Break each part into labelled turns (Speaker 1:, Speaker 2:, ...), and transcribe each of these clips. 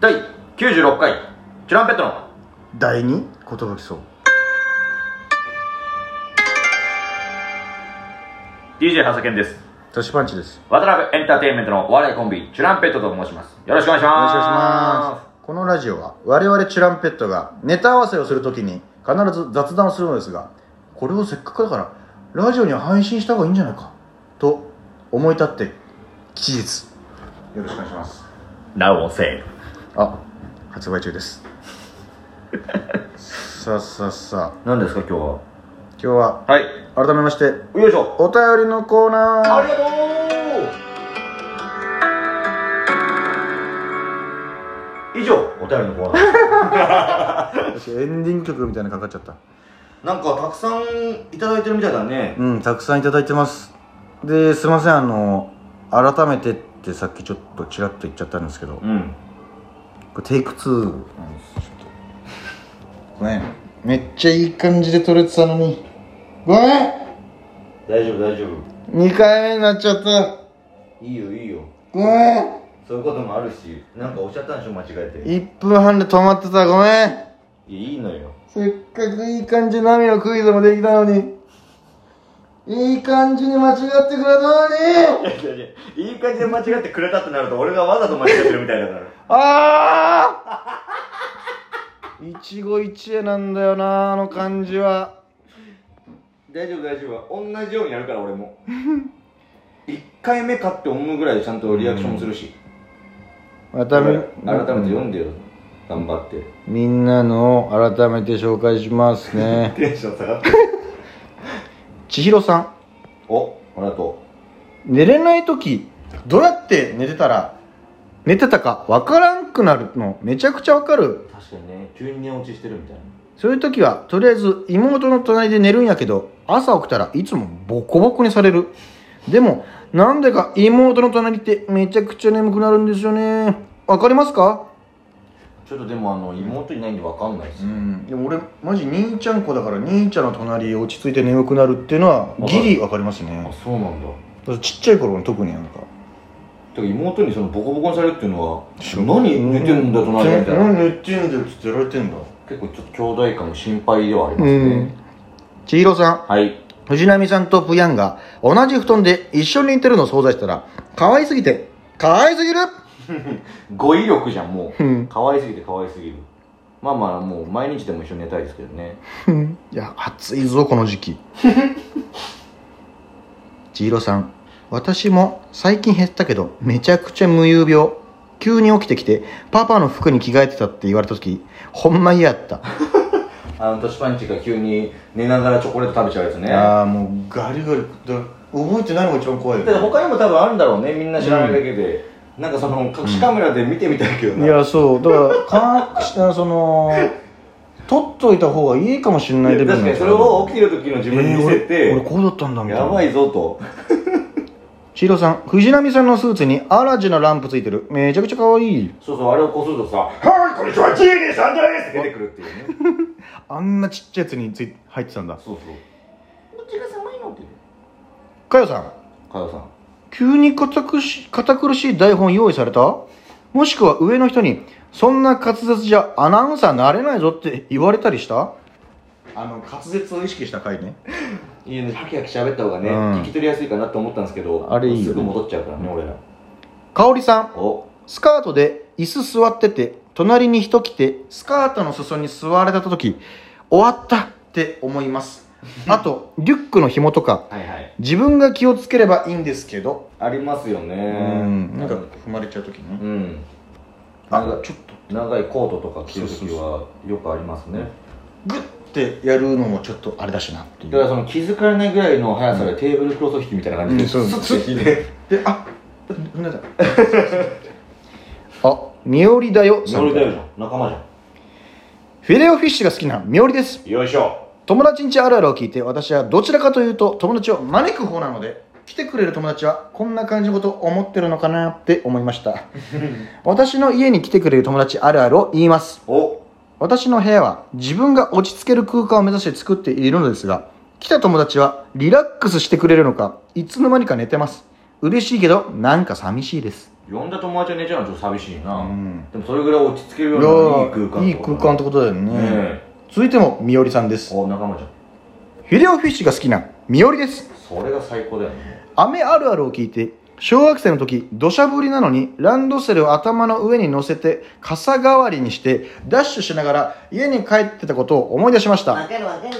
Speaker 1: 第96回チュランペットの
Speaker 2: 第二寿そう
Speaker 1: DJ 長谷健です
Speaker 2: トシパンチです
Speaker 1: 渡辺エンターテインメントのお笑いコンビチュランペットと申しますよろしくお願いし
Speaker 2: お願
Speaker 1: ま
Speaker 2: い
Speaker 1: す
Speaker 2: しますこのラジオは我々チュランペットがネタ合わせをするときに必ず雑談をするのですがこれをせっかくだからラジオには配信した方がいいんじゃないかと思い立って期日よろしくお願いします
Speaker 1: なおせ
Speaker 2: あ発売中ですさあさあさあ
Speaker 1: 何ですか今日は
Speaker 2: 今日は
Speaker 1: はい
Speaker 2: 改めまして
Speaker 1: よいしょ
Speaker 2: お便りのコーナー
Speaker 1: ありがとう以上お便りのコーナ ー
Speaker 2: 私エンディング曲みたいなのかかっちゃった
Speaker 1: なんかたくさんいただいてるみたいだね
Speaker 2: うんたくさんいただいてますですいませんあの改めてってさっきちょっとちらっと言っちゃったんですけど、こ
Speaker 1: うん
Speaker 2: れテイク2なんですちょっとごめんめっちゃいい感じで撮れてたのにごめ
Speaker 1: 大丈夫大丈夫
Speaker 2: ん2回目になっちゃった
Speaker 1: いいよいいよ
Speaker 2: ごめん
Speaker 1: そういうこともあるしなんかおっしゃったんでしょ間違えて
Speaker 2: 1分半で止まってたごめん
Speaker 1: いやいいのよ
Speaker 2: せっかくいい感じ波のクイズもできたのにいい感じに間違ってくれたのに
Speaker 1: いやいやいい感じで間違ってくれたってなると俺がわざと間違ってるみたいだから
Speaker 2: ああ 一期一会なんだよなあの感じは
Speaker 1: 大丈夫大丈夫同じようにやるから俺も1回目かって思うぐらいちゃんとリアクションもするし、
Speaker 2: 改
Speaker 1: 改
Speaker 2: め
Speaker 1: めて読んでよ頑張って
Speaker 2: みんなのを改めて紹介しますね
Speaker 1: テンション下がって
Speaker 2: 千尋さ
Speaker 1: おありがと
Speaker 2: ん寝れない時どうやって寝てたら寝てたかわからんくなるのめちゃくちゃわかる
Speaker 1: う確かにね急に寝落ちしてるみたいな
Speaker 2: そういう時は、とりあえず妹の隣で寝るんやけど、朝起きたらいつもボコボコにされる。でも、なんでか妹の隣ってめちゃくちゃ眠くなるんですよね。わかりますか
Speaker 1: ちょっとでもあの妹いないんで分かんないです、
Speaker 2: ん。でも俺、マジ兄ちゃん子だから、兄ちゃんの隣落ち着いて眠くなるっていうのは、ギリわかります
Speaker 1: あ
Speaker 2: ね。
Speaker 1: そうなんだ
Speaker 2: ちっちゃい頃の特になんか。
Speaker 1: てか妹にそのボコボコにされるっていうのは何寝てんだ隣みたいな、
Speaker 2: うん寝てんだよって言られてんだ。
Speaker 1: 結構ちょっと兄弟感も心配ではありま
Speaker 2: う
Speaker 1: すね、
Speaker 2: ん。千尋さん。
Speaker 1: はい
Speaker 2: 藤波さんとプヤンが同じ布団で一緒に寝てるのを想像したら、可愛すぎて、可愛すぎる
Speaker 1: 語彙力じゃんもう、
Speaker 2: うん
Speaker 1: 可愛すぎて可愛すぎるまあまあもう毎日でも一緒に寝たいですけどね
Speaker 2: いや、暑いぞ、こ の時期。千尋さん、私も最近減ったけど、めちゃくちゃ無遊病。急に起きてきて、パパの服に着替えてたって言われた時、ほんま嫌やった。
Speaker 1: あのトシパンチが急に寝ながらチョコレート食べちゃうやつね
Speaker 2: あ、もうガリガリ、覚えてないのが一番怖い
Speaker 1: で他にも多分あるんだろうねみんな知らないだけで、なんかその隠しカメラで見てみたいけど
Speaker 2: い
Speaker 1: な、
Speaker 2: や、そう、だ から、か、その、取っといた方がいいかもしれないレ
Speaker 1: で
Speaker 2: ベルな
Speaker 1: 確
Speaker 2: ん
Speaker 1: か
Speaker 2: で
Speaker 1: に
Speaker 2: す
Speaker 1: それ
Speaker 2: よ
Speaker 1: を起きてる時の自分に見せて、
Speaker 2: えー俺俺こうだったんだみたいな
Speaker 1: やばいぞと
Speaker 2: 千尋さん藤波さんのスーツにアラジンのランプついてるめちゃくちゃ可愛い
Speaker 1: そうそうあれをこうするとさ「はいこんにちはジーニーさんです!」って出てくるって いうね
Speaker 2: あんなちっちゃいやつについ入ってたんだ
Speaker 1: そうそうこっちが寒いのって
Speaker 2: かよさん
Speaker 1: 加代さん
Speaker 2: 急に堅苦し堅苦しい台本用意されたもしくは上の人にそんな滑舌じゃアナウンサーなれないぞって言われたりしたあの滑舌を意識した回ね
Speaker 1: いやね、ハキハキ喋った方がね、
Speaker 2: うん
Speaker 1: 聞き取りやすいかなと思ったんですけど、
Speaker 2: あれいいよね
Speaker 1: すぐ戻っちゃうからね、俺ら。
Speaker 2: かおりさん
Speaker 1: お、
Speaker 2: スカートで椅子座ってて隣に人来てスカートの裾に座られた時終わったって思います あとリュックの紐とか
Speaker 1: はいはい。
Speaker 2: 自分が気をつければいいんですけど
Speaker 1: ありますよね。
Speaker 2: うんなんか
Speaker 1: か、
Speaker 2: 踏まれちゃう時ね
Speaker 1: うん。
Speaker 2: あ
Speaker 1: 長い
Speaker 2: ちょっと
Speaker 1: 長いコートとか着るとき
Speaker 2: そうそう
Speaker 1: はよくありますね。
Speaker 2: グッてやるのもちょっとあれだしなってい
Speaker 1: だか
Speaker 2: う
Speaker 1: らその気づかれないぐらいの速さでテーブルクロス引きみたいな感じで、
Speaker 2: うんそう そう
Speaker 1: スッて引いて。
Speaker 2: であごめんなさい あみおりだよ
Speaker 1: それだよじゃん。仲間じ
Speaker 2: フィレオフィッシュが好きなみおりです
Speaker 1: ゃん。よいしょ。
Speaker 2: 友達んちあるあるを聞いて私はどちらかというと友達を招く方なので来てくれる友達はこんな感じのことを思ってるのかなって思いました 私の家に来てくれる友達あるあるを言います
Speaker 1: お、
Speaker 2: 私の部屋は自分が落ち着ける空間を目指して作っているのですが来た友達はリラックスしてくれるのかいつの間にか寝てます嬉しいけどなんか寂しいです
Speaker 1: 呼んだ友達が寝ちゃうのはちょっと寂しいな、
Speaker 2: うん
Speaker 1: でもそれぐらい落ち着ける
Speaker 2: い
Speaker 1: よ
Speaker 2: や
Speaker 1: うないい空間
Speaker 2: ーいい空間ってことだよね
Speaker 1: ね
Speaker 2: 続いてもみおりさんです
Speaker 1: お仲間じゃん
Speaker 2: フィレオフィッシュが好きなみおりです
Speaker 1: それが最高だよね
Speaker 2: 雨あるあるを聞いて小学生の時土砂降りなのにランドセルを頭の上に乗せて傘代わりにしてダッシュしながら家に帰ってたことを思い出しました
Speaker 1: かるわかる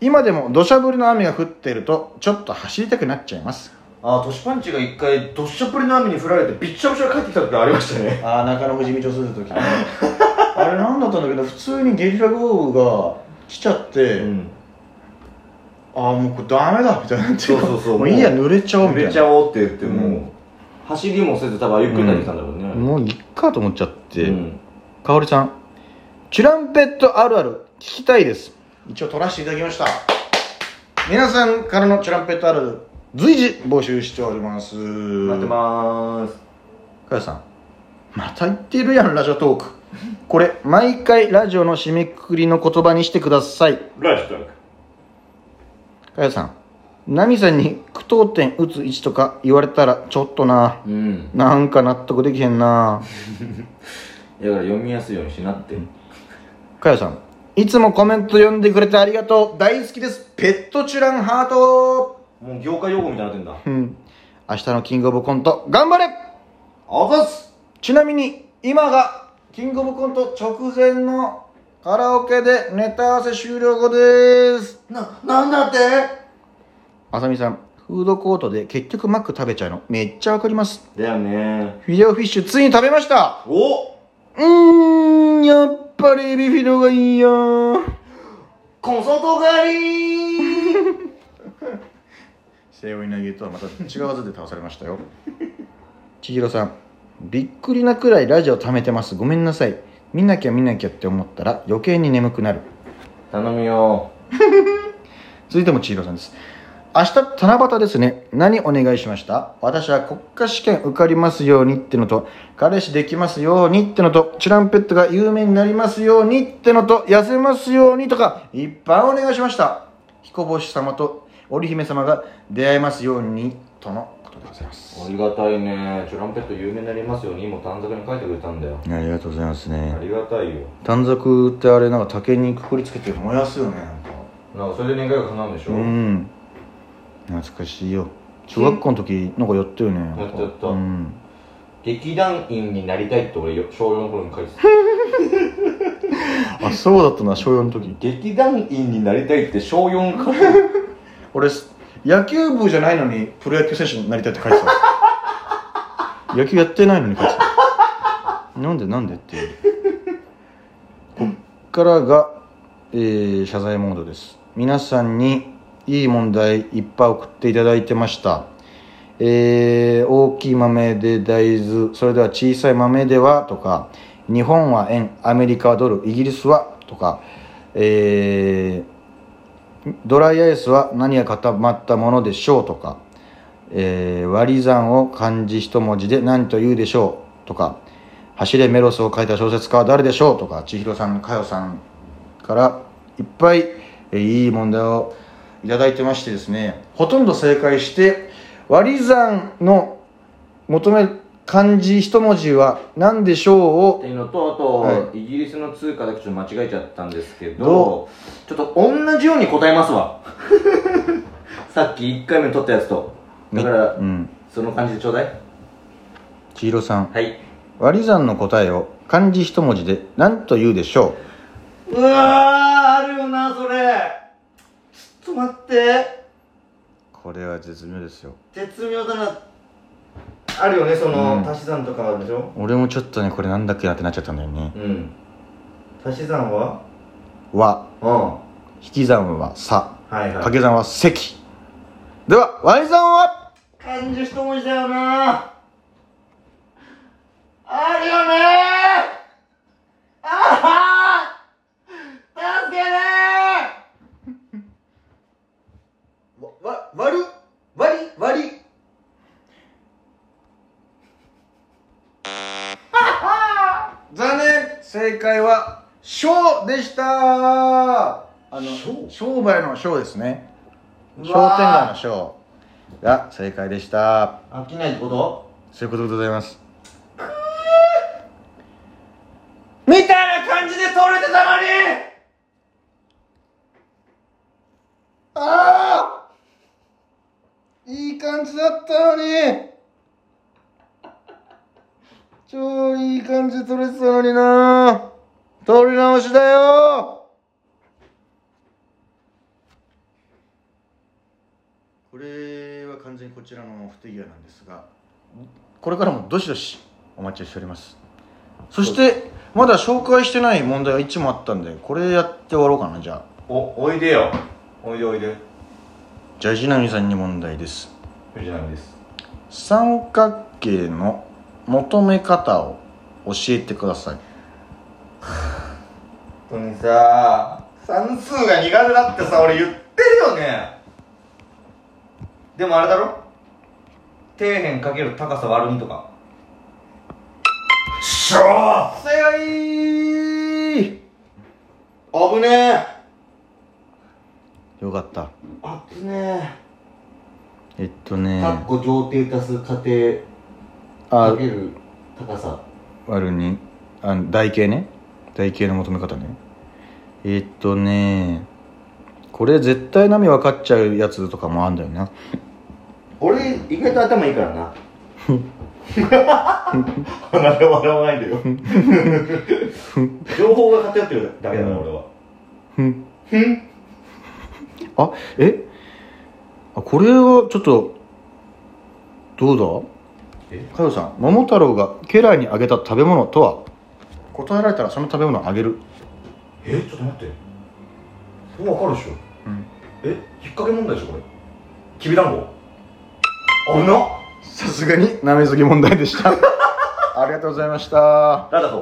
Speaker 2: 今でも土砂降りの雨が降ってるとちょっと走りたくなっちゃいます
Speaker 1: ああトシパンチが一回どっしゃぶりの雨に降られてびっちゃびちゃで帰ってきた時ありましたね
Speaker 2: ああ中野藤見町住んだ時 あれ何だったんだけど普通にゲリラ豪雨が来ちゃって、
Speaker 1: うん
Speaker 2: ああもうこれダメだみたいになって
Speaker 1: そうそうそう
Speaker 2: もういいや濡れちゃおうみたい
Speaker 1: め
Speaker 2: な
Speaker 1: ちゃおうって言ってもう、
Speaker 2: うん
Speaker 1: 走りもせず多分ゆっくりなってきたんだろうね、うん
Speaker 2: もういっかと思っちゃって、かおりさんチュランペットあるある聞きたいです一応取らせていただきました皆さんからのチュランペットあるある随時募集しております
Speaker 1: 待って
Speaker 2: か
Speaker 1: まーす
Speaker 2: やさんまた言ってるやんラジオトークこれ毎回ラジオの締めくくりの言葉にしてください
Speaker 1: ラジトーク
Speaker 2: かやさんナミさんに句読点打つ位置とか言われたらちょっとな
Speaker 1: うん
Speaker 2: なんか納得できへんな
Speaker 1: だから読みやすいようにしなって、
Speaker 2: かよさんいつもコメント読んでくれてありがとう大好きですペットチュランハート
Speaker 1: もう業界用語みたいになってんだ
Speaker 2: うん明日のキングオブコント頑張れ
Speaker 1: あざっす
Speaker 2: ちなみに今がキングオブコント直前のカラオケでネタ合わせ終了後です
Speaker 1: な、なんだって
Speaker 2: あさみさんフードコートで結局マック食べちゃうのめっちゃわかります
Speaker 1: だよね
Speaker 2: フィレオフィッシュついに食べました
Speaker 1: お
Speaker 2: うーんやっぱりエビフィレオがいいよ
Speaker 1: コンソート狩り
Speaker 2: 背負い投げとはまた違う技で倒されましたよ 千尋さんびっくりなくらいラジオ貯めてますごめんなさい見なきゃ見なきゃって思ったら余計に眠くなる
Speaker 1: 頼むよ
Speaker 2: 続いても千尋さんです明日七夕ですね何お願いしました私は国家試験受かりますようにってのと彼氏できますようにってのとチュランペットが有名になりますようにってのと痩せますようにとかいっぱいお願いしました彦星様と織姫様が出会えますようにとのことでございます
Speaker 1: ありがたいねチュランペット有名になりますようにも短冊に書いてくれたんだよ
Speaker 2: ありがとうございます
Speaker 1: あ
Speaker 2: ね
Speaker 1: りがたいよ
Speaker 2: 短冊ってあれなんか竹にくくりつけて燃やすよねなんか
Speaker 1: なんかそれで願いが叶うんでしょ、
Speaker 2: うん懐かしいよ小学校の時なんかやったよね
Speaker 1: やったやった
Speaker 2: うん
Speaker 1: 劇団員になりたいって俺よ小4の頃に書いてた
Speaker 2: あそうだったな小4の時
Speaker 1: 劇団員になりたいって小4から
Speaker 2: 俺野球部じゃないのにプロ野球選手になりたいって書いてた野球やってないのに書いてたなんでなんでってこっからが、えー謝罪モードです皆さんにいい問題いっぱい送っていただいてましたえー大きい豆で大豆それでは小さい豆ではとか日本は円アメリカはドルイギリスはとかえードライアイスは何が固まったものでしょうとか、えー割り算を漢字一文字で何と言うでしょうとか、走れメロスを書いた小説家は誰でしょうとか、千尋さん、佳代さんからいっぱい、えーいい問題をいただいてましてですね、ほとんど正解して、割り算の求める漢字一文字は何でしょうを
Speaker 1: っていうのとあと、
Speaker 2: は
Speaker 1: イギリスの通貨だけちょっと間違えちゃったんですけど
Speaker 2: ど
Speaker 1: ちょっと同じように答えますわ さっき1回目取ったやつとだから、
Speaker 2: うん、
Speaker 1: その感じでちょうだい
Speaker 2: 千尋さん、
Speaker 1: はい
Speaker 2: 割り算の答えを漢字一文字で何と言うでしょ
Speaker 1: うわーあるよなそれちょっと待って
Speaker 2: うこれは絶妙ですよ
Speaker 1: 絶妙だなあるよねその、
Speaker 2: うん
Speaker 1: 足し算とかあるでしょ
Speaker 2: 俺もちょっとねこれなんだっけなってなっちゃったんだよね
Speaker 1: うん足し算は
Speaker 2: 和
Speaker 1: うんは
Speaker 2: 引き算はさ
Speaker 1: いはい
Speaker 2: 掛け算は積では割り算は
Speaker 1: 漢字一文字だよなあるよねああ助けね
Speaker 2: わ割る割り割り残念正解は小でしたあの
Speaker 1: 小
Speaker 2: 商売の小ですね商
Speaker 1: う
Speaker 2: 店
Speaker 1: わ
Speaker 2: 街
Speaker 1: ー
Speaker 2: の小が正解でした
Speaker 1: 飽きないってこと
Speaker 2: そういうことでございますじだったのに超いい感じで撮れてたのにな撮り直しだよこれは完全にこちらの不手際なんですがこれからもどしどしお待ちしておりますそしてまだ紹介してない問題が1もあったんでこれやって終わろうかなじゃあ
Speaker 1: おおいでよおいでおいで
Speaker 2: じゃあ石波さんに問題です
Speaker 1: 藤波です
Speaker 2: 三角形の求め方を教えてください
Speaker 1: 本当にさ算数が苦手だってさ俺言ってるよねでもあれだろ底辺かける高さ割る2とか
Speaker 2: しょ
Speaker 1: 強い危ねえ
Speaker 2: よかった
Speaker 1: 危ね
Speaker 2: えっと
Speaker 1: え
Speaker 2: ね
Speaker 1: かっこ上底足す過程
Speaker 2: あ
Speaker 1: かける高さ
Speaker 2: 割るにあ台形ね台形の求め方ねえっとねこれ絶対波分かっちゃうやつとかもあんだよな
Speaker 1: 俺意外と頭いいから な鼻で笑わないでよ 情報が偏ってるだけだから俺は
Speaker 2: あえあこれはちょっとどうだ
Speaker 1: え
Speaker 2: 加藤さん桃太郎が家来にあげた食べ物とは答えられたらその食べ物をあげる
Speaker 1: えちょっと待ってそれ分かるでしょ、
Speaker 2: うん
Speaker 1: え引っ掛け問題でしょこれきびだんご危なっ
Speaker 2: さすがに舐めすぎ問題でしたありがとうございました
Speaker 1: ラダホ